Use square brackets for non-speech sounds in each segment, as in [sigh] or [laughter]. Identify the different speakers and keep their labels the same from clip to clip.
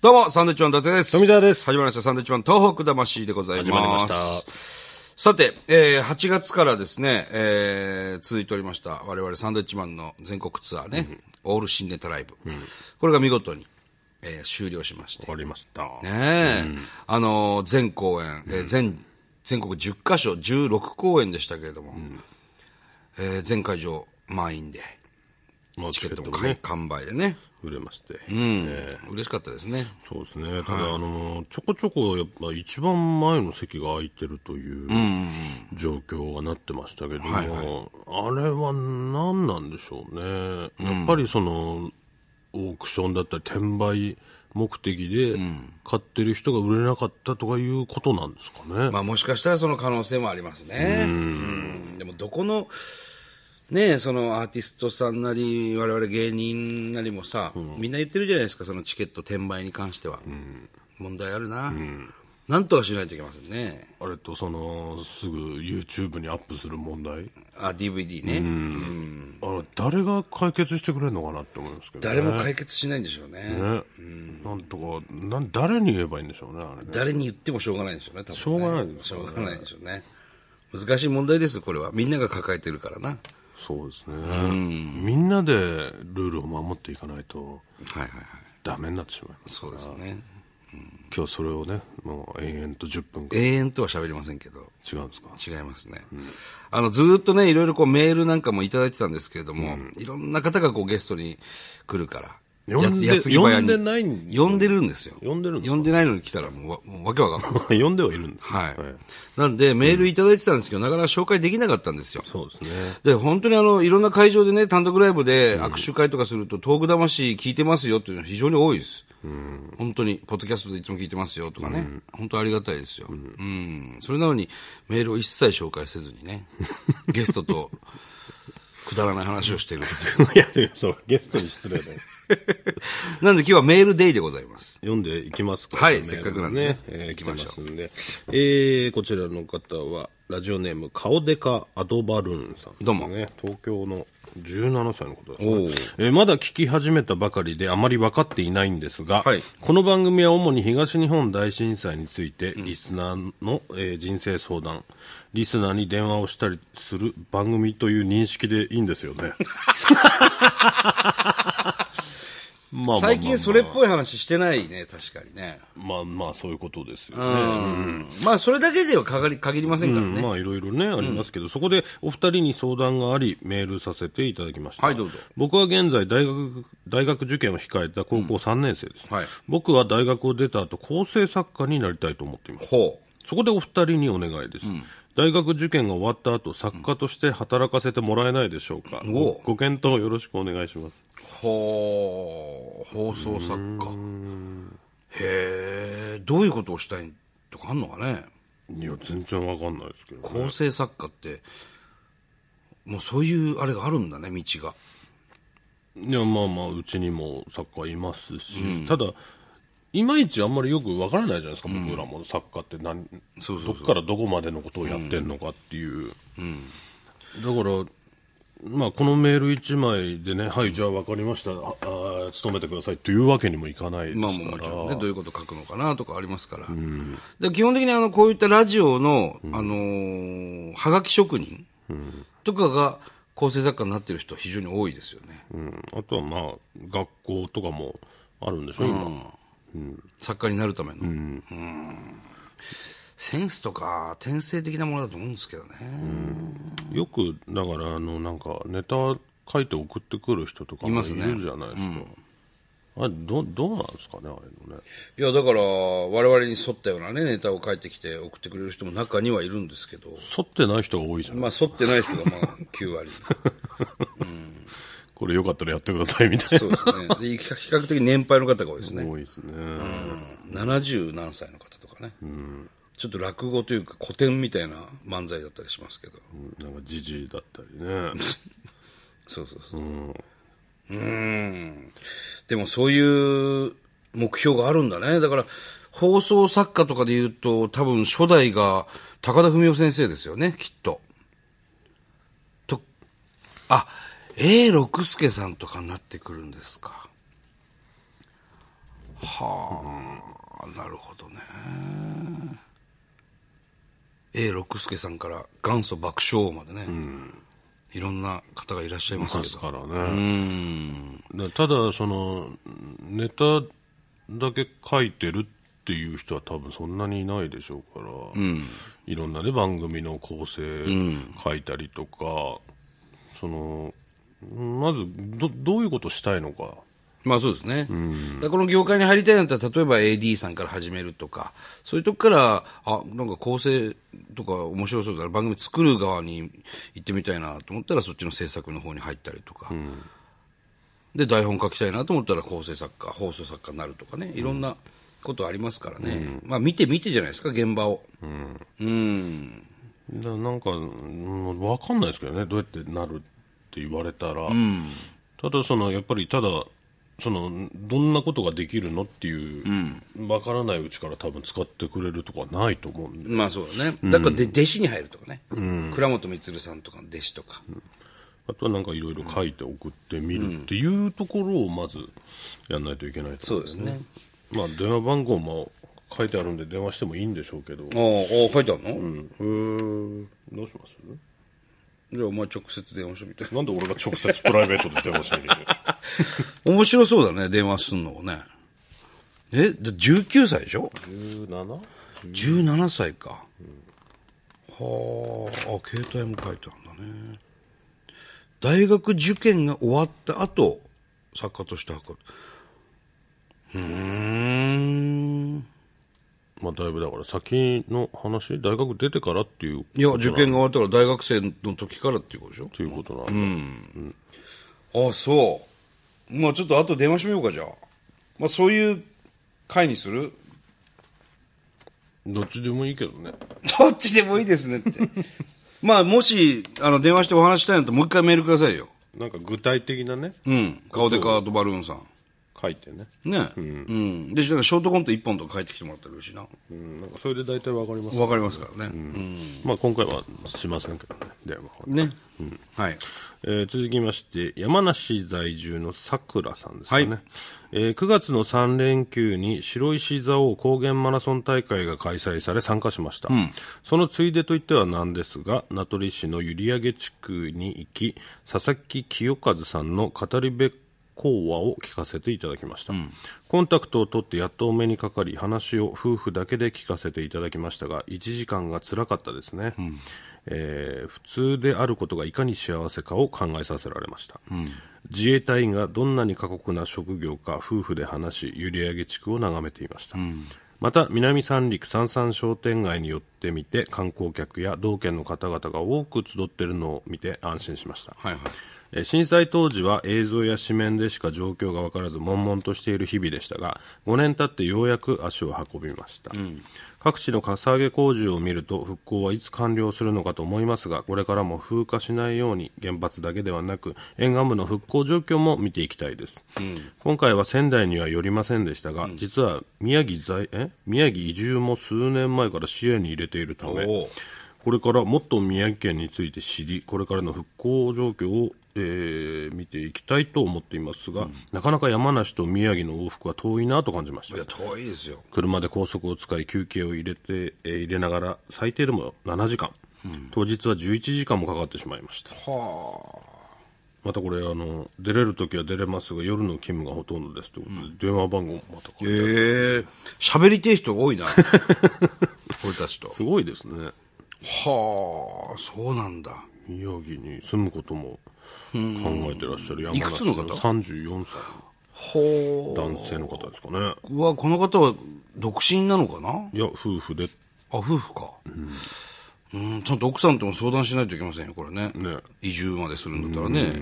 Speaker 1: どうも、サンドイッチマン伊達です。
Speaker 2: 富澤です
Speaker 1: 始まりました、サンドイッチマン東北魂でございます。
Speaker 2: 始まりました
Speaker 1: さて、えー、8月からですね、えー、続いておりました、我々サンドイッチマンの全国ツアーね、オール新ネタライブ、これが見事に、えー、終了しまして。
Speaker 2: 終わりました。
Speaker 1: ねえ、あのー全公演、えー全、全国10カ所、16公演でしたけれども、えー全会場満員で、
Speaker 2: まあ、
Speaker 1: チ
Speaker 2: チ
Speaker 1: ケッ
Speaker 2: ケッ
Speaker 1: ト
Speaker 2: ト
Speaker 1: も
Speaker 2: も
Speaker 1: 完
Speaker 2: ね、
Speaker 1: 完売でね、
Speaker 2: 売れまして。
Speaker 1: うん
Speaker 2: ええ
Speaker 1: 嬉しかったですね。
Speaker 2: そうですね。ただ、あのー、ちょこちょこ、やっぱ一番前の席が空いてるという状況がなってましたけども、
Speaker 1: はい
Speaker 2: あれは何なんでしょうね。やっぱりその、オークションだったり、転売目的で買ってる人が売れなかったとかいうことなんですかね。
Speaker 1: まあもしかしたらその可能性もありますね。うんでもどこの、ねえそのアーティストさんなり、我々芸人なりもさ、みんな言ってるじゃないですか、そのチケット転売に関しては。問題あるな。なんとかしないといけませんね。
Speaker 2: あれと、その、すぐ YouTube にアップする問題。
Speaker 1: あ、DVD ね。
Speaker 2: あれ、誰が解決してくれるのかなって思いますけどね。
Speaker 1: 誰も解決しないんでしょうね。
Speaker 2: ね、なんとかなん誰に言えばいいんでしょうねあれね
Speaker 1: 誰に言ってもしょうがないんでしょうね、多分ね
Speaker 2: しょうがないですね
Speaker 1: しょうがないでしょうね。難しい問題です、これは。みんなが抱えてるからな。
Speaker 2: そうですね、みんなでルールを守っていかないと
Speaker 1: はいはいはい。
Speaker 2: ダメになってしまいます
Speaker 1: そうですね。
Speaker 2: 今日それをねもう延々と10分間
Speaker 1: 永遠とは喋りませんけど。
Speaker 2: 違うん [laughs] ですか
Speaker 1: 違いますね。あの、ずーっとね、いろいろこうメールなんかもいただいてたんですけれども、いろんな方がこうゲストに来るから。
Speaker 2: 呼んで
Speaker 1: やつぎ早に
Speaker 2: 呼んでないん
Speaker 1: 呼んでるんですよ。
Speaker 2: 呼んでるんですか
Speaker 1: 呼んでないのに来たらもうわもうわけわかんないです。
Speaker 2: 呼んではいるんですね
Speaker 1: はい。なんで、メールいただいてたんですけど、なかなか紹介できなかったんですよ。
Speaker 2: そうですね
Speaker 1: で、本当にあの、いろんな会場でね、単独ライブで握手会とかすると、トーク魂聞いてますよっていうのは非常に多いです。本当に、ポッドキャストでいつも聞いてますよとかね。本当ありがたいですよ。うん。それなのに、メールを一切紹介せずに
Speaker 2: [laughs]
Speaker 1: ね、ゲストと、くだらない話をしてる。
Speaker 2: [laughs] いやいやそうゲストに失礼 [laughs] だよ
Speaker 1: なんで今日はメールデイでございます。
Speaker 2: 読んでいきますか
Speaker 1: はい
Speaker 2: メール
Speaker 1: せっかくなんでね
Speaker 2: えー、来
Speaker 1: ま
Speaker 2: ま
Speaker 1: しょう
Speaker 2: すんで、えー、こちらの方はラジオネーム顔デカアドバルーンさん、ね、
Speaker 1: どうも
Speaker 2: 東京の17歳のことです
Speaker 1: お
Speaker 2: ね
Speaker 1: う
Speaker 2: えーまだ聞き始めたばかりであまり分かっていないんですが、
Speaker 1: はい
Speaker 2: この番組は主に東日本大震災についてリスナーの、えー人生相談リスナーに電話をしたりする番組という認識でいいんです
Speaker 1: [laughs]
Speaker 2: よねまあまあまあまあ
Speaker 1: 最近それっぽい話してないね、確かにね。
Speaker 2: まあまあそういうことですよ
Speaker 1: う
Speaker 2: ね。
Speaker 1: ん。まあ、それだけでは限り限りませんからね。
Speaker 2: まあいろいろね、ありますけど、そこでお二人に相談があり、メールさせていただきました。
Speaker 1: はいどうぞ
Speaker 2: 僕は現在大学、大学受験を控えた高校3年生です。
Speaker 1: はい
Speaker 2: 僕は大学を出た後、構成作家になりたいと思っています。
Speaker 1: ほう。
Speaker 2: そこでお二人にお願いです。大学受験が終わった後、作家として働かせてもらえないでしょうか。
Speaker 1: お
Speaker 2: ごご検討よろしくお願いします。
Speaker 1: ほう放送作家へえどういうことをしたいとかあんのかね
Speaker 2: いや、全然わかんないですけど、ね。
Speaker 1: 構成作家ってもうそういうあれがあるんだね道が
Speaker 2: いや、まあまあ、うちにも作家いますし、ただ、いまいちあんまりよくわからないじゃないですか、僕らも作家って何
Speaker 1: そうそうそう
Speaker 2: どっからどこまでのことをやってんのかっていう。だから、まあ、このメール1枚でね、はい、じゃあ分かりました、ああー勤めてくださいというわけにもいかないですか
Speaker 1: ま
Speaker 2: ら、
Speaker 1: あもうもちろんねどういうこと書くのかなとかありますから、で基本的にあのこういったラジオの、あのーはがき職人とかが構成作家になってる人は非常に多いですよね、
Speaker 2: うんあとはまあ、学校とかもあるんでしょ、今。
Speaker 1: 作家になるための、うんセンスとか天性的なものだと思うんですけどね、
Speaker 2: よく、だから、あの、なんか、ネタ書いて送ってくる人とか
Speaker 1: い
Speaker 2: も
Speaker 1: ま
Speaker 2: い
Speaker 1: す
Speaker 2: る
Speaker 1: ね
Speaker 2: じゃないですか。あれ、ど、どうなんですかね、あれのね。
Speaker 1: いや、だから、我々に沿ったようなね、ネタを書いてきて送ってくれる人も中にはいるんですけど、
Speaker 2: 沿ってない人が多いじゃん。
Speaker 1: まあ、沿ってない人がまあ、9割。 [laughs]
Speaker 2: これよかったらやってください、みたい
Speaker 1: そうですね。で比較比較的年配の方が多いです
Speaker 2: な。
Speaker 1: ね。
Speaker 2: 多いですね。
Speaker 1: うん70何歳の方とかね。ちょっと落語というか古典みたいな漫才だったりしますけど。
Speaker 2: なんか、じじいだったりね。
Speaker 1: そうそうそう。うん。でもそういう目標があるんだね。だから、放送作家とかで言うと、多分初代が高田文夫先生ですよね、きっと。と、あ、A 六輔さんとかになってくるんですか。あなるほどね。A 六輔さんから元祖爆笑王までね、いろんな方がいらっしゃいます
Speaker 2: で
Speaker 1: け
Speaker 2: す
Speaker 1: ど。
Speaker 2: からね。でただ、その、ネタだけ書いてるっていう人は多分そんなにいないでしょうから、いろんなね、番組の構成書いたりとか、その、まずど、どういうことしたいのか。
Speaker 1: まあそうですね。だからこの業界に入りたいんだったら、例えば AD さんから始めるとか、そういうとこから、あ、なんか構成とか面白そうだな、番組作る側に行ってみたいなと思ったら、そっちの制作の方に入ったりとか、で、台本書きたいなと思ったら構成作家、放送作家になるとかね、いろんなことありますからね。まあ見て見てじゃないですか、現場を。うん。
Speaker 2: だなんか、うんわかんないですけどね、どうやってなるって言われたら、ただその、やっぱりただ、そのどんなことができるのっていう、わからないうちから多分使ってくれるとかないと思うんで、
Speaker 1: まあそうだね。だからで、弟子に入るとかね。倉本光さんとかの弟子とか。
Speaker 2: あとはなんかいろいろ書いて送ってみるっていうところをまずやんないといけないと
Speaker 1: そう
Speaker 2: 思
Speaker 1: で
Speaker 2: ん
Speaker 1: すね。
Speaker 2: まあ、電話番号も書いてあるんで、電話してもいいんでしょうけど、
Speaker 1: ああ、ああ書いてあるの、
Speaker 2: どうします
Speaker 1: じゃあお前直接電話してみて。
Speaker 2: なんで俺が直接プライベートで電話しなきゃいけない
Speaker 1: 面白そうだね、電話すんのをね。え、だ19歳でしょ
Speaker 2: ?17?
Speaker 1: ?17 歳か。はあ、あ、携帯も書いてあるんだね。大学受験が終わった後、作家として働く。うーん。
Speaker 2: まあ、だいぶだから先の話、大学出てからっていう
Speaker 1: いや、受験が終わったから大学生の時からっていうことでしょ
Speaker 2: ということなんで、
Speaker 1: あそう。まあちょっと後で電話してみようか、じゃあ。まあそういう回にする
Speaker 2: どっちでもいいけどね。
Speaker 1: どっちでもいいですねって。 [laughs] まあ、もし、あの、電話してお話したいんだったら、もう一回メールくださいよ。
Speaker 2: なんか具体的なね、
Speaker 1: うん。顔でカードバルーンさん。
Speaker 2: 書いてね。
Speaker 1: ね。うん。で、なんかショートコント一本とか書いてきてもらったら嬉しいな。
Speaker 2: うん、なんかそれで大体わかります。
Speaker 1: わかりますからね。
Speaker 2: まあ今回はしませんけどね、電話は
Speaker 1: うん。ね。はい。
Speaker 2: えー続きまして、山梨在住のさくらさんですかね、
Speaker 1: はい
Speaker 2: えー9月の3連休に白石蔵王高原マラソン大会が開催され参加しました、そのついでといってはなんですが、名取市の閖上地区に行き、佐々木清和さんの語り部講話を聞かせていただきました、コンタクトを取ってやっとお目にかかり話を夫婦だけで聞かせていただきましたが1時間が辛かったですね、えー普通であることがいかに幸せかを考えさせられました、自衛隊員がどんなに過酷な職業か夫婦で話し閖上地区を眺めていました、また南三陸三三商店街に寄ってみて観光客や同県の方々が多く集っているのを見て安心しました、
Speaker 1: はいはい。
Speaker 2: えー震災当時は映像や紙面でしか状況が分からず悶々としている日々でしたが5年経ってようやく足を運びました、各地のかさ上げ工事を見ると復興はいつ完了するのかと思いますがこれからも風化しないように原発だけではなく沿岸部の復興状況も見ていきたいです、今回は仙台には寄りませんでしたが、実は宮城在え宮城移住も数年前から支援に入れているた
Speaker 1: お
Speaker 2: め
Speaker 1: お。
Speaker 2: これからもっと宮城県について知り、これからの復興状況を、えー見ていきたいと思っていますが、なかなか山梨と宮城の往復は遠いなと感じまし
Speaker 1: い
Speaker 2: た
Speaker 1: や、。遠いですよ。
Speaker 2: 車で高速を使い休憩を入れて、えー入れながら最低でも7時間、当日は11時間もかかってしまいました。またこれあの、出れるときは出れますが、夜の勤務がほとんどですということで、電話番号もまたこ
Speaker 1: ええ
Speaker 2: れ
Speaker 1: 喋りてえ人が [laughs] 多いな。俺たちと。
Speaker 2: すごいですね。
Speaker 1: はあ、そうなんだ。
Speaker 2: 宮城に住むことも考えてらっしゃる山
Speaker 1: いくつ
Speaker 2: 梨
Speaker 1: の
Speaker 2: の
Speaker 1: 方
Speaker 2: 34歳
Speaker 1: ほ
Speaker 2: 男性の方ですかね。
Speaker 1: う。うわ、この方は独身なのかない
Speaker 2: や、夫婦で、
Speaker 1: あ、夫婦か。うん、ちゃんと奥さんとも相談しないといけませんよ、これね。
Speaker 2: ね
Speaker 1: 移住までするんだったらね。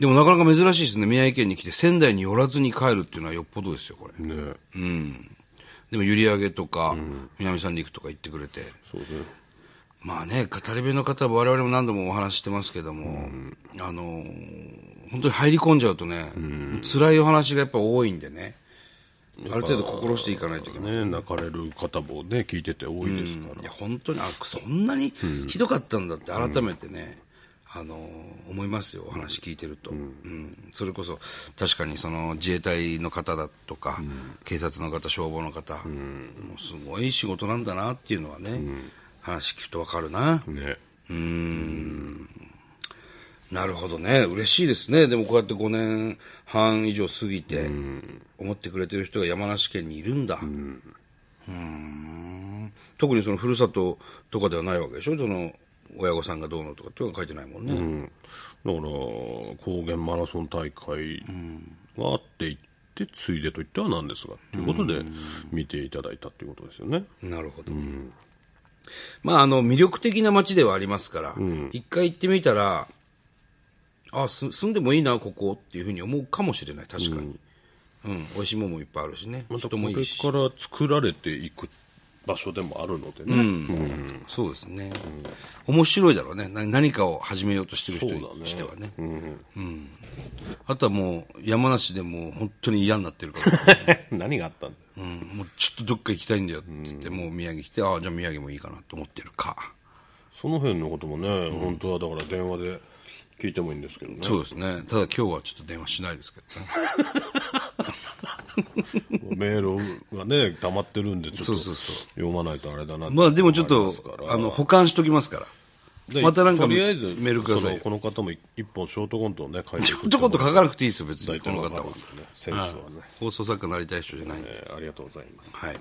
Speaker 1: でもなかなか珍しいですね。宮城県に来て仙台に寄らずに帰るっていうのはよっぽどですよ、これ。
Speaker 2: ね、
Speaker 1: でも閖上とか、南三陸とか行ってくれて。
Speaker 2: そうね。
Speaker 1: まあね、語り部の方は我々も何度もお話ししてますけども、あのー、本当に入り込んじゃうとね、辛いお話がやっぱ多いんでね。ある程度心していかないといけない。
Speaker 2: ね、泣かれる方もね、聞いてて多いですか
Speaker 1: いや、本当に、あ、そんなにひどかったんだって、改めてね、あの思いますよ、お話聞いてると、うんそれこそ確かにその自衛隊の方だとか、警察の方、消防の方、もうすごい仕事なんだなっていうのはね、話聞くと分かるな、
Speaker 2: ね。
Speaker 1: なるほどね、嬉しいですね、でもこうやって5年半以上過ぎて、思ってくれてる人が山梨県にいるんだ。うん特にそのふるさととかではないわけでしょ、その親御さんがどうのとかっていうのは書いてないもんね。
Speaker 2: うん。だから、高原マラソン大会があって行って、ついでと言ってはなんですが、ということで、見ていただいたということですよね。
Speaker 1: なるほど。まあ、あの、魅力的な街ではありますから、一回行ってみたら、あ、す住んでもいいな、ここっていうふうに思うかもしれない、確かに。うん、美味しいもんもいっぱいあるしね。
Speaker 2: また
Speaker 1: 人
Speaker 2: こ
Speaker 1: も
Speaker 2: れ
Speaker 1: いいし。
Speaker 2: から作られていく場所でもあるのでね。
Speaker 1: そうですね。面白いだろうね。な何かを始めようとしてる人
Speaker 2: そうだ
Speaker 1: に
Speaker 2: ね
Speaker 1: してはね。うんあとはもう、山梨でもう本当に嫌になってる [laughs] から、
Speaker 2: [laughs] 何があったんだ
Speaker 1: うん、もうちょっとどっか行きたいんだよって言って、もう宮城来て、ああ、じゃあ宮城もいいかなと思ってるか。
Speaker 2: その辺のこともね、本当はだから電話で聞いてもいいんですけどね。
Speaker 1: そうですね。ただ今日はちょっと電話しないですけどね。
Speaker 2: [laughs] メールがね、溜まってるんで、ちょっ
Speaker 1: そう
Speaker 2: と
Speaker 1: そうそう
Speaker 2: 読まないとあれだなって
Speaker 1: まあでもちょっと
Speaker 2: 思いますか、ら
Speaker 1: あの、保管しときますから。
Speaker 2: で
Speaker 1: またなんか
Speaker 2: とりあえず
Speaker 1: メールくださいよ
Speaker 2: そのこの方も一本ショートコントをね、書いて
Speaker 1: ちょっとこと書かなくていいですよ、別に。
Speaker 2: 大
Speaker 1: こ
Speaker 2: 体
Speaker 1: の
Speaker 2: の
Speaker 1: 方
Speaker 2: 方
Speaker 1: は
Speaker 2: は、ね。、選手はね、
Speaker 1: 放送作家になりたい人じゃないんで。
Speaker 2: えーありがとうございます。
Speaker 1: はい。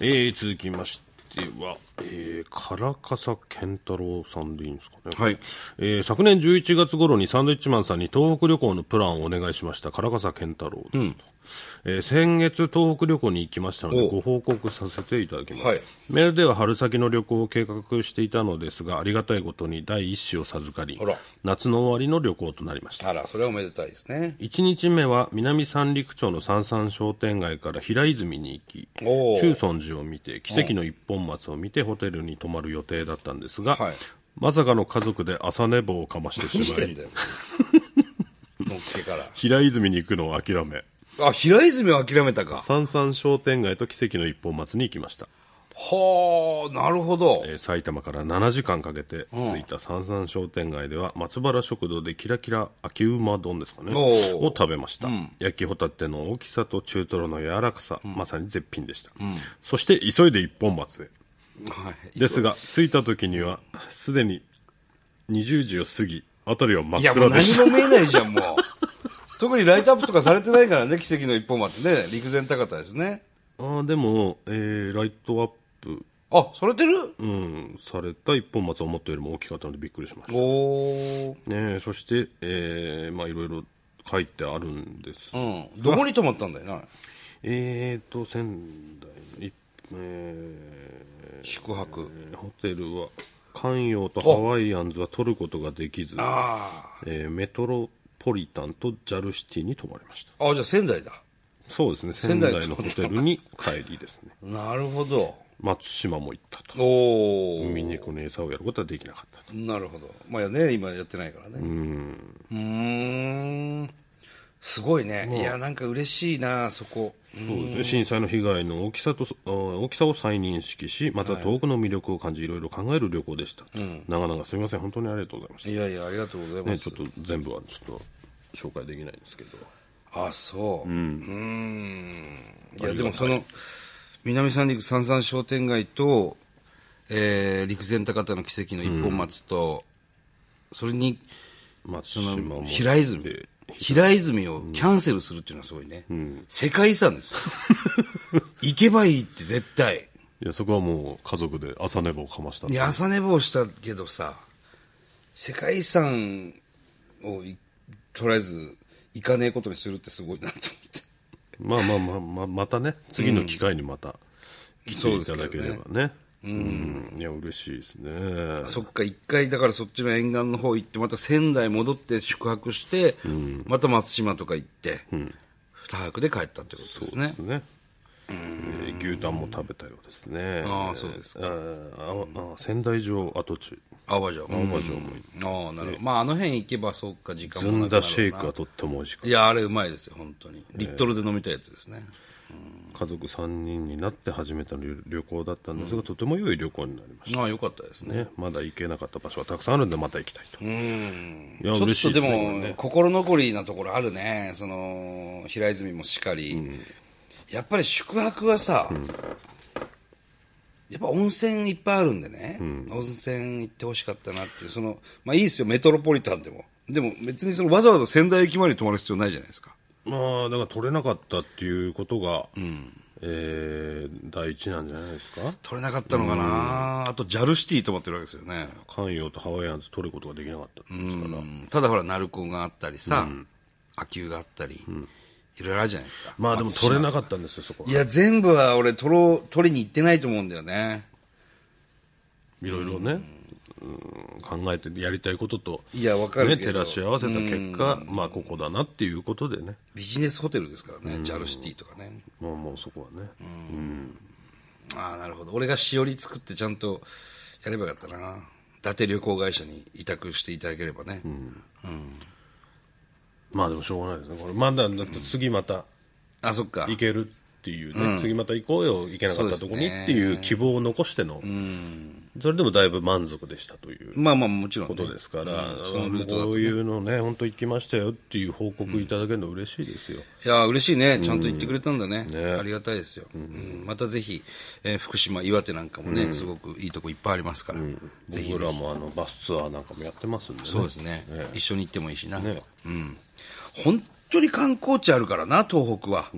Speaker 2: えー続きましては、えー、唐笠健太郎さんでいいんですかね。
Speaker 1: はい
Speaker 2: えー昨年11月頃にサンドイッチマンさんに東北旅行のプランをお願いしました、唐笠健太郎です、えー先月東北旅行に行きましたので、
Speaker 1: お
Speaker 2: ご報告させていただきます。
Speaker 1: はい
Speaker 2: メールでは春先の旅行を計画していたのですが、ありがたいことに第一子を授かり
Speaker 1: あら、
Speaker 2: 夏の終わりの旅行となりました。
Speaker 1: あら、それはおめでたいですね。
Speaker 2: 1日目は南三陸町の三々商店街から平泉に行き
Speaker 1: おー
Speaker 2: 中尊寺を見て奇跡の一本松を見てホテルに泊まる予定だったんですが、
Speaker 1: はい
Speaker 2: まさかの家族で朝寝坊をかまして
Speaker 1: 何し
Speaker 2: してま
Speaker 1: ん [laughs]
Speaker 2: い
Speaker 1: だよ。のっけから。
Speaker 2: 平泉に行くのを諦め
Speaker 1: あ、平泉を諦めたか。
Speaker 2: 三々商店街と奇跡の一本松に行きました、
Speaker 1: はあ、なるほど。
Speaker 2: えー埼玉から7時間かけて着いた三々商店街では松原食堂でキラキラ秋馬丼ですかね
Speaker 1: おー
Speaker 2: を食べました、焼きホタテの大きさと中トロの柔らかさ、まさに絶品でした、そして急いで一本松へ
Speaker 1: はい
Speaker 2: ですが、着いた時には、すでに20時を過ぎ、辺りはい真
Speaker 1: や、
Speaker 2: っ
Speaker 1: もう
Speaker 2: 暗で
Speaker 1: 何
Speaker 2: した。
Speaker 1: も見えないじゃん、
Speaker 2: [laughs]
Speaker 1: もう。特にライトアップとかされてないからね、奇跡の一本松ね。陸前高田ですね。
Speaker 2: あーでも、えーライトアップ、
Speaker 1: あ、されてる
Speaker 2: うん、された一本松は思ったよりも大きかったのでびっくりしまし
Speaker 1: おー。
Speaker 2: た。ねえ、そして、えーまあいろいろ書いてあるんです。
Speaker 1: うん。どこに泊まったんだよな。
Speaker 2: えーと、仙台のい、え
Speaker 1: 宿泊。
Speaker 2: ーホテルは、関陽とハワイアンズは取ることができず、
Speaker 1: あ
Speaker 2: えーメトロポリタンとジャルシティに泊まりました。
Speaker 1: あ。あ、じゃあ仙台だ。
Speaker 2: そうですね、仙
Speaker 1: 台
Speaker 2: 台のホテルに帰りですね。
Speaker 1: なるほど。
Speaker 2: 松島も行ったと。
Speaker 1: おー。
Speaker 2: 海にこの餌をやることはできなかったと。
Speaker 1: なるほど。まあね、今やってないからね。うん。ん。すごいね。いや、なんか嬉しいな、そこ。
Speaker 2: そうですね、震災の被害の大きさとそあ大きさを再認識し、また遠くの魅力を感じ、いろいろ考える旅行でしたと。長々すみません、本当にありがとうございました。
Speaker 1: いやいや、ありがとうございま
Speaker 2: ね、
Speaker 1: す。
Speaker 2: ちょっと全部はちょっと紹介できないですけど。
Speaker 1: あ、そう。うん。いや、でもその、南三陸三々商店街と、えー、陸前高田の奇跡の一本松と、それに、
Speaker 2: 松
Speaker 1: そ
Speaker 2: 島
Speaker 1: の、
Speaker 2: も。
Speaker 1: 平泉。平泉をキャンセルするっていうのはすごいね。世界遺産ですよ。 [laughs] 行けばいいって絶対。
Speaker 2: いや、そこはもう家族で朝寝坊をかました
Speaker 1: い。や朝寝坊したけどさ世界遺産をいとりあえず行かねえことにするってすごいなと思って
Speaker 2: まあまあまあ、まあ、またね、次の機会にまた来ていただければね。うん、いや、嬉しいですね。
Speaker 1: そっか一回だからそっちの沿岸の方行ってまた仙台戻って宿泊して、また松島とか行って、二泊で帰ったってことですね
Speaker 2: ですね。えー牛タンも食べたようですね。
Speaker 1: ああそうです
Speaker 2: か。あああ仙台城跡地、
Speaker 1: 淡馬城
Speaker 2: 青葉城も
Speaker 1: ああなるほど、まああの辺行けばそっか時間
Speaker 2: ず
Speaker 1: もなんくなるわな
Speaker 2: だシェイクはとっても美味しかっ
Speaker 1: いやあれうまいですよ本当にリットルで飲みたいやつですね、
Speaker 2: 家族3人になって始めた旅旅行だったんですが、とても良い旅行になりまし
Speaker 1: ああ、よかったです
Speaker 2: た
Speaker 1: ね。
Speaker 2: ね。まだ行けなかった場所がたくさんあるんで、また行きたいと。いや、
Speaker 1: ちょ
Speaker 2: 嬉
Speaker 1: っ
Speaker 2: しい
Speaker 1: とです
Speaker 2: ね
Speaker 1: も、心残りなところあるね。その、平泉もしかり。やっぱり宿泊はさ、やっぱ温泉いっぱいあるんでね、温泉行ってほしかったなっていう、その、まあいいですよ、メトロポリタンでも。でも別にそのわざわざ仙台駅まで泊まる必要ないじゃないですか。
Speaker 2: まあ、だから取れなかったっていうことが、えー第一なんじゃないですか。
Speaker 1: 取れなかったのかな、あと JAL シティ泊まってるわけですよね。
Speaker 2: 関与とハワイアンズ取ることができなかったんですから。
Speaker 1: うんただほら、鳴子があったりさ、秋保があったり、いろいろあるじゃないですか。。
Speaker 2: まあでも取れなかったんですよ、そこはい
Speaker 1: や、全部は俺、取ろう、取りに行ってないと思うんだよね。
Speaker 2: いろいろね、うん考えてやりたいことと、
Speaker 1: いやわかる
Speaker 2: ね、
Speaker 1: けど
Speaker 2: 照らし合わせた結果、まあここだなっていうことでね、
Speaker 1: ビジネスホテルですからね、JAL シティとかね。
Speaker 2: もうもうそこはね、
Speaker 1: ああ、なるほど。俺がしおり作ってちゃんとやればよかったな。伊達旅行会社に委託していただければね。
Speaker 2: まあでもしょうがないですね、これ、まだだって次また
Speaker 1: あ、そっか
Speaker 2: 行。けるっていうね、次また行こうよ、行けなかったとこにっていう希望を残しての、それでもだいぶ満足でしたという。
Speaker 1: まあまあ、もちろん、ね。
Speaker 2: ことですから、
Speaker 1: うんそのルートだ
Speaker 2: ことう
Speaker 1: ね。
Speaker 2: いうのね、本当行きましたよっていう報告いただけるの嬉しいですよ。
Speaker 1: いや、嬉しいね。ちゃんと言ってくれたんだね。
Speaker 2: ね
Speaker 1: ありがたいですよ。うんまたぜひ、えー福島、岩手なんかもね、すごくいいとこいっぱいありますから。ぜひ
Speaker 2: 僕らもあのバスツアーなんかもやってますんでね。
Speaker 1: そうですね。一緒に行ってもいいしな。
Speaker 2: ね
Speaker 1: うん。本当に観光地あるからな、東北は。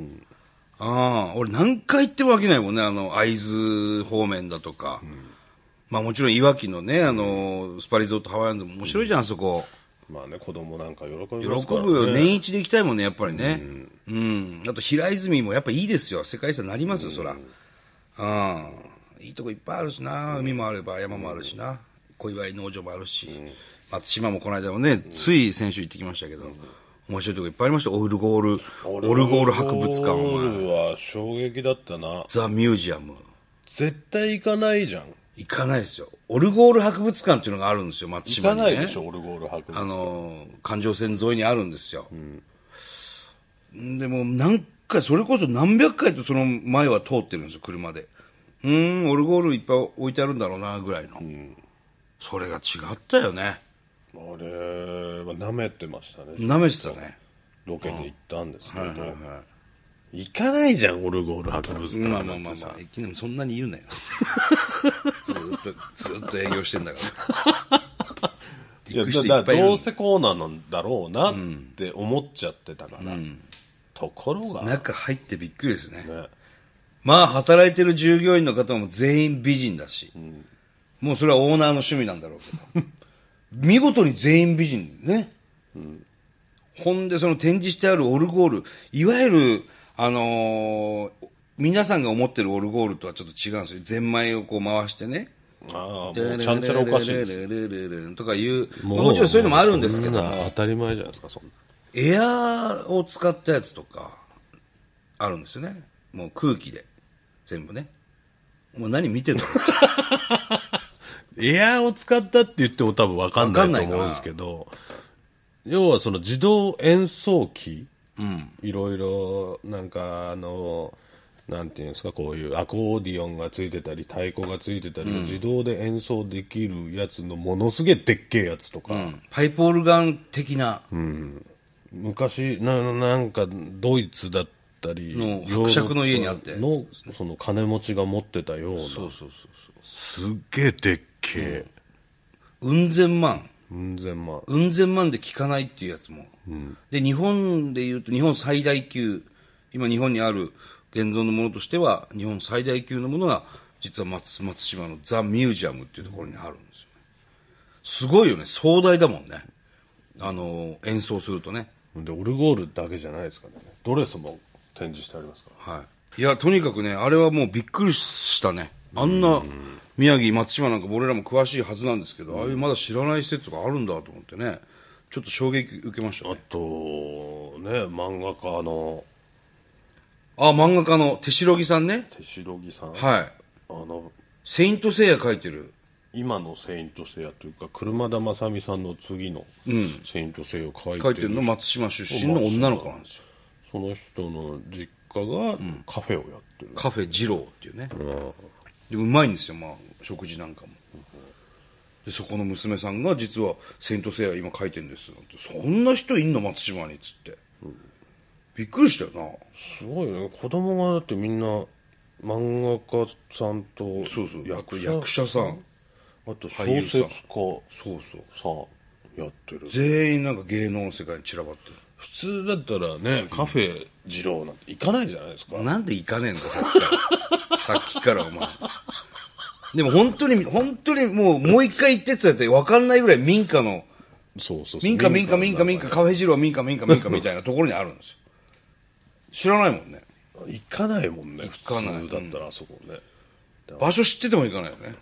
Speaker 1: ああ、俺何回行っても飽きないもんね、あの、会津方面だとか。まあもちろんいわきのね、あの、スパリゾートハワイアンズも面白いじゃん、あそこ。
Speaker 2: まあね、子供なんか喜びます
Speaker 1: 喜
Speaker 2: から、ね。
Speaker 1: ぶよ。年一で行きたいもんね、やっぱりね。うん。あと平泉もやっぱいいですよ。世界遺産になりますよ、そら。うん。いいとこいっぱいあるしな。海もあれば山もあるしな。小岩井農場もあるし。松島もこの間もね、つい先週行ってきましたけど。面白いとこいっぱいありました。オルゴール、オルゴール博物館、
Speaker 2: オルゴ
Speaker 1: お前
Speaker 2: ールは衝撃だったな。
Speaker 1: ザ・ミュージアム。
Speaker 2: 絶対行かないじゃん。
Speaker 1: 行かないですよ。オルゴール博物館っていうのがあるんですよ、松
Speaker 2: 行
Speaker 1: 島
Speaker 2: か
Speaker 1: に、ね。
Speaker 2: ないでしょ、オルゴール博物
Speaker 1: あ
Speaker 2: 館。
Speaker 1: のー環状線沿いにあるんですよ、でもう何回それこそ何百回とその前は通ってるんですよ車でうーんオルゴールいっぱい置いてあるんだろうなぐらいの、それが違ったよね
Speaker 2: あれは舐めてましたね。
Speaker 1: 舐めてたね
Speaker 2: ロケで行ったんですけど。行かないじゃん、オルゴール博物館
Speaker 1: ま
Speaker 2: な
Speaker 1: あ
Speaker 2: んてさ。
Speaker 1: まあまあまあいきなりそんなに言うなよずーっとずーっと営業してんだから
Speaker 2: い
Speaker 1: 行
Speaker 2: や
Speaker 1: く人
Speaker 2: だだ
Speaker 1: いっぱいいる
Speaker 2: どうせこうなのだろうなって思っちゃってたから。ところが、ね、
Speaker 1: 中入ってびっくりですねまあ働いてる従業員の方も全員美人だし、もうそれはオーナーの趣味なんだろうけど見事に全員美人ね、ほんでその展示してあるオルゴールいわゆるあのー皆さんが思ってるオルゴールとはちょっと違うんですよゼンマイをこう回してね
Speaker 2: ああ、もうちゃんちゃらおかしいです。
Speaker 1: とかいうまあもちろんそういうのもあるんですけど
Speaker 2: そな当たり前じゃないですか、そんな。
Speaker 1: エアーを使ったやつとか、あるんですよね。もう空気で。全部ね。もう何見てんだろう
Speaker 2: エアーを使ったって言っても多分わかんな
Speaker 1: わかんないい
Speaker 2: と
Speaker 1: かな
Speaker 2: 思うんですけど、要はその自動演奏機、いろいろ、なんかあの、なんていうんですか、こういうアコーディオンがついてたり、太鼓がついてたり、自動で演奏できるやつのものすげえでっけえやつとか、
Speaker 1: うんパイプオルガン的な、
Speaker 2: 昔な、なんかドイツだったり、
Speaker 1: の伯爵の家にあったやつ
Speaker 2: の、その金持ちが持ってたような、
Speaker 1: そうそうそう
Speaker 2: すっげえでっけえ、
Speaker 1: そう。うん千万。
Speaker 2: うん、全万。
Speaker 1: うん千万で効かないっていうやつも。で、日本で言うと、日本最大級、今日本にある現存のものとしては、日本最大級のものが、実は松松島のザ・ミュージアムっていうところにあるんですよね。すごいよね。壮大だもんね。あの、演奏するとね。
Speaker 2: でオルゴールだけじゃないですからねドレスも展示してありますから
Speaker 1: はい。いや、とにかくね、あれはもうびっくりしたね。あんな、宮城、松島なんか俺らも詳しいはずなんですけど、ああいうまだ知らない施設があるんだと思ってね、ちょっと衝撃受けました
Speaker 2: あ
Speaker 1: ね。
Speaker 2: とね漫画家の
Speaker 1: あ、漫画家の手代木さんね。
Speaker 2: 手代木さん、い、
Speaker 1: はい。
Speaker 2: あの
Speaker 1: セイントセイヤ描いてる。
Speaker 2: 今の「セイント・セイヤ」というか車田正美さんの次の「セイント・セイヤ」を書いて
Speaker 1: 描い
Speaker 2: る
Speaker 1: てるの松島出身の女の子なんですよ。
Speaker 2: その人の実家がカフェをやってる。
Speaker 1: カフェ二郎っていうね。で、うまいんですよ、まあ、食事なんかも。で、そこの娘さんが、実は、セイントセイヤ今書いてんです。なんてそんな人いんの松島に、つって。びっくりしたよな。
Speaker 2: すごいね。子供がだってみんな漫画家さんと
Speaker 1: そうそう。役
Speaker 2: 役
Speaker 1: 者
Speaker 2: 者
Speaker 1: 役者さん。
Speaker 2: あと小
Speaker 1: 俳優さ
Speaker 2: 説
Speaker 1: ん
Speaker 2: 家さ
Speaker 1: そうそう。
Speaker 2: やってる。
Speaker 1: 全員なんか芸能の世界に散らばって
Speaker 2: 普通だったらね、カフェ二郎なんて行かないじゃないですか。
Speaker 1: る。なんで行かねえんだ、さっ [laughs] きから。さっきから、お前。でも本当に、本当にもう、もう一回行ってって言ったら分かんないぐらい民家の、
Speaker 2: そうそうそう。
Speaker 1: 民家、民家、民家、民家、カフェ二郎、民家、民家、民家みたいなところにあるんですよ。知らないもんね。
Speaker 2: 行かないもんね。普
Speaker 1: かない
Speaker 2: 通だったらあそこね。
Speaker 1: 場所知ってても行かないよね。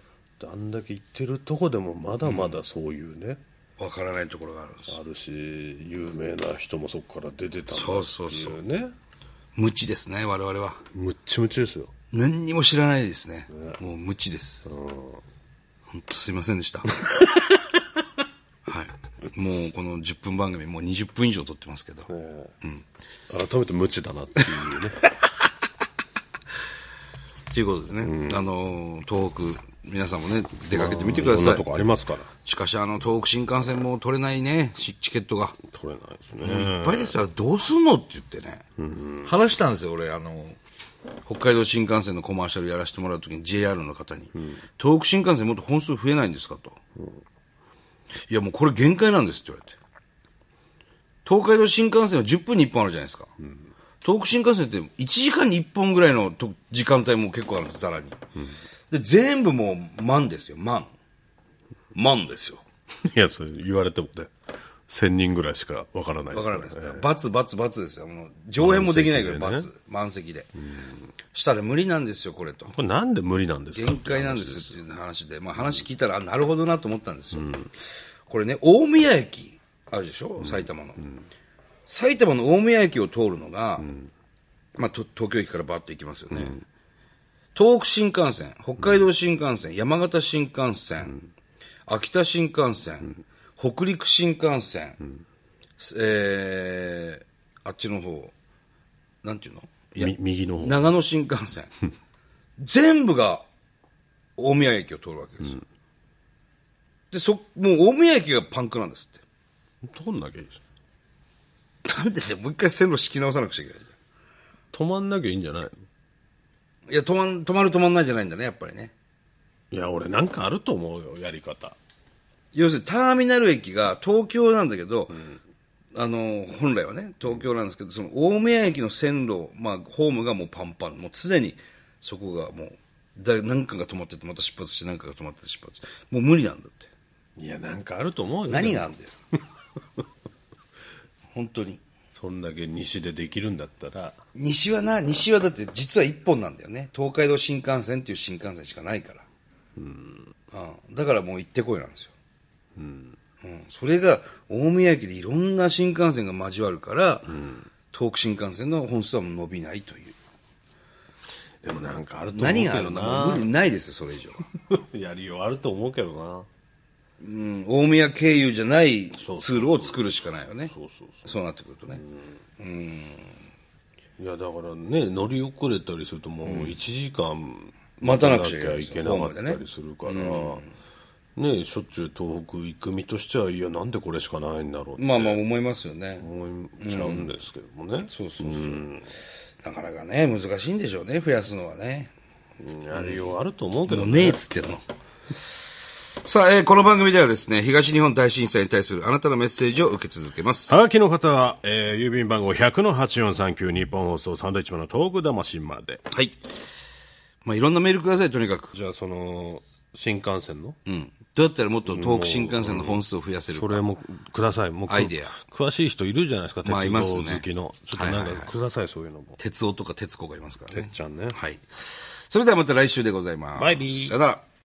Speaker 2: あんだけ行ってるとこでもまだまだそういうね、
Speaker 1: 分からないところがあるんです。
Speaker 2: あるし、有名な人もそこから出てたんだっていうね。。
Speaker 1: そうそうそう無知ですね、我々は。
Speaker 2: むっちむちですよ。
Speaker 1: 何にも知らないですね。もう無知です。本当すいませんで
Speaker 2: [laughs]
Speaker 1: した。はい。もうこの10分番組、もう20分以上撮ってますけど。
Speaker 2: 改めて無知だなっていう [laughs] ね。
Speaker 1: ということでね、あのー、東北、皆さんもね、出かけてみてく
Speaker 2: い
Speaker 1: だ
Speaker 2: ろんな
Speaker 1: さ
Speaker 2: と
Speaker 1: い。
Speaker 2: こありますから。
Speaker 1: しかし、あの、東北新幹線も取れないね、しチケットが。
Speaker 2: 取れないですね。
Speaker 1: いっぱいですよ、どうすんのって言ってね、話したんですよ、俺、あの、北海道新幹線のコマーシャルやらせてもらうときに JR の方に、東北新幹線もっと本数増えないんですかと、いや、もうこれ限界なんですって言われて、東海道新幹線は10分に1本あるじゃないですか、東北新幹線って1時間に1本ぐらいのと時間帯も結構あるんです、ざらに、で、全部もう満ですよ、満。満ですよ。
Speaker 2: [laughs] いや、それ言われてもね、1000人ぐらいしかわからないで
Speaker 1: わ
Speaker 2: す
Speaker 1: か
Speaker 2: からら
Speaker 1: ない
Speaker 2: ね
Speaker 1: ですね。罰、罰、罰ですよ。もう、上演もできないぐらい罰。満席で。したら無理なんですよ、これと。
Speaker 2: これなんで無理なんですか
Speaker 1: 限界なんですっていう話で、まあ話聞いたら、あ、なるほどなと思ったんですよ。これね、大宮駅、あるでしょ埼玉の。埼玉の大宮駅を通るのが、まあと東京駅からバッと行きますよね。東北新幹線、北海道新幹線、山形新幹線、秋田新幹線、北陸新幹線、えー、あっちの方、なんていうのいや
Speaker 2: み右の方。
Speaker 1: 長野新幹線。全部が大宮駅を通るわけですよ。で、そ、もう大宮駅がパンクなんですって。
Speaker 2: 取んなきゃいいじゃん。
Speaker 1: なんでだよもう一回線路敷き直さなくちゃいけないじ
Speaker 2: 止まんなきゃいいんじゃないの
Speaker 1: ゃん。いや、止まん、止まる止まんないじゃないんだね、やっぱりね。
Speaker 2: いや、俺なんかあると思うよ、やり方。
Speaker 1: 要するにターミナル駅が東京なんだけど、あの、本来はね、東京なんですけど、その大宮駅の線路、まあ、ホームがもうパンパン。もう常にそこがもう、誰、何かが止まってて、また出発して、何かが止まってて出発して。もう無理なんだって。
Speaker 2: いや、なんかあると思うよ。
Speaker 1: 何があんだよ
Speaker 2: [laughs]
Speaker 1: 本当に
Speaker 2: そんだけ西でできるんだったら、
Speaker 1: 西はな西はだって実は一本なんだよね東海道新幹線っていう新幹線しかないからうんだからもう行ってこいなんですようん、それが大宮駅でいろんな新幹線が交わるから、東北新幹線の本数はもう伸びないという
Speaker 2: でもなんかあると思う
Speaker 1: 何
Speaker 2: け
Speaker 1: がある
Speaker 2: ど
Speaker 1: んだもう無
Speaker 2: な。
Speaker 1: 理ないですよそれ以
Speaker 2: [laughs]
Speaker 1: 上、
Speaker 2: やりようあると思うけどな。
Speaker 1: うん、大宮経由じゃないツールを作るしかないよね
Speaker 2: そうそう
Speaker 1: そうなってくるとね、
Speaker 2: いや、だからね、乗り遅れたりするともう1時間
Speaker 1: 待たなくちゃ
Speaker 2: い
Speaker 1: い
Speaker 2: け
Speaker 1: け
Speaker 2: な
Speaker 1: ない
Speaker 2: か
Speaker 1: ホー
Speaker 2: っ
Speaker 1: ムでね
Speaker 2: たりするから、ね、しょっちゅう東北行く身としては、いや、なんでこれしかないんだろうって
Speaker 1: まあまあ思いますよね、
Speaker 2: 思っちゃうんですけどもね。
Speaker 1: そうそうそう。なかなかね、難しいんでしょうね、増やすのはね。
Speaker 2: うんやりようあると思うけどね。
Speaker 1: ねえっつってんの。さあ、えーこの番組ではですね、東日本大震災に対するあなたのメッセージを受け続けます。
Speaker 2: はがきの方は、えー郵便番号100-8439日本放送サンドイッチマンの東北魂まで。
Speaker 1: はい。まあ、いろんなメールください、とにかく。
Speaker 2: じゃあ、その、新幹線の、
Speaker 1: うん。どうやったらもっと東北新幹線の本数を増やせる
Speaker 2: そ
Speaker 1: か。
Speaker 2: れもください。もうく
Speaker 1: アイデア
Speaker 2: 詳しい人いるじゃないですか、鉄
Speaker 1: まあいます
Speaker 2: 道
Speaker 1: ね
Speaker 2: 好きの。ちょっとなん
Speaker 1: はいはい
Speaker 2: かください、そういうのも。
Speaker 1: 鉄夫とか鉄子がいますから
Speaker 2: てっ
Speaker 1: ね。
Speaker 2: ちゃんね。
Speaker 1: はい。それではまた来週でございます。
Speaker 2: バイビー
Speaker 1: さよなら。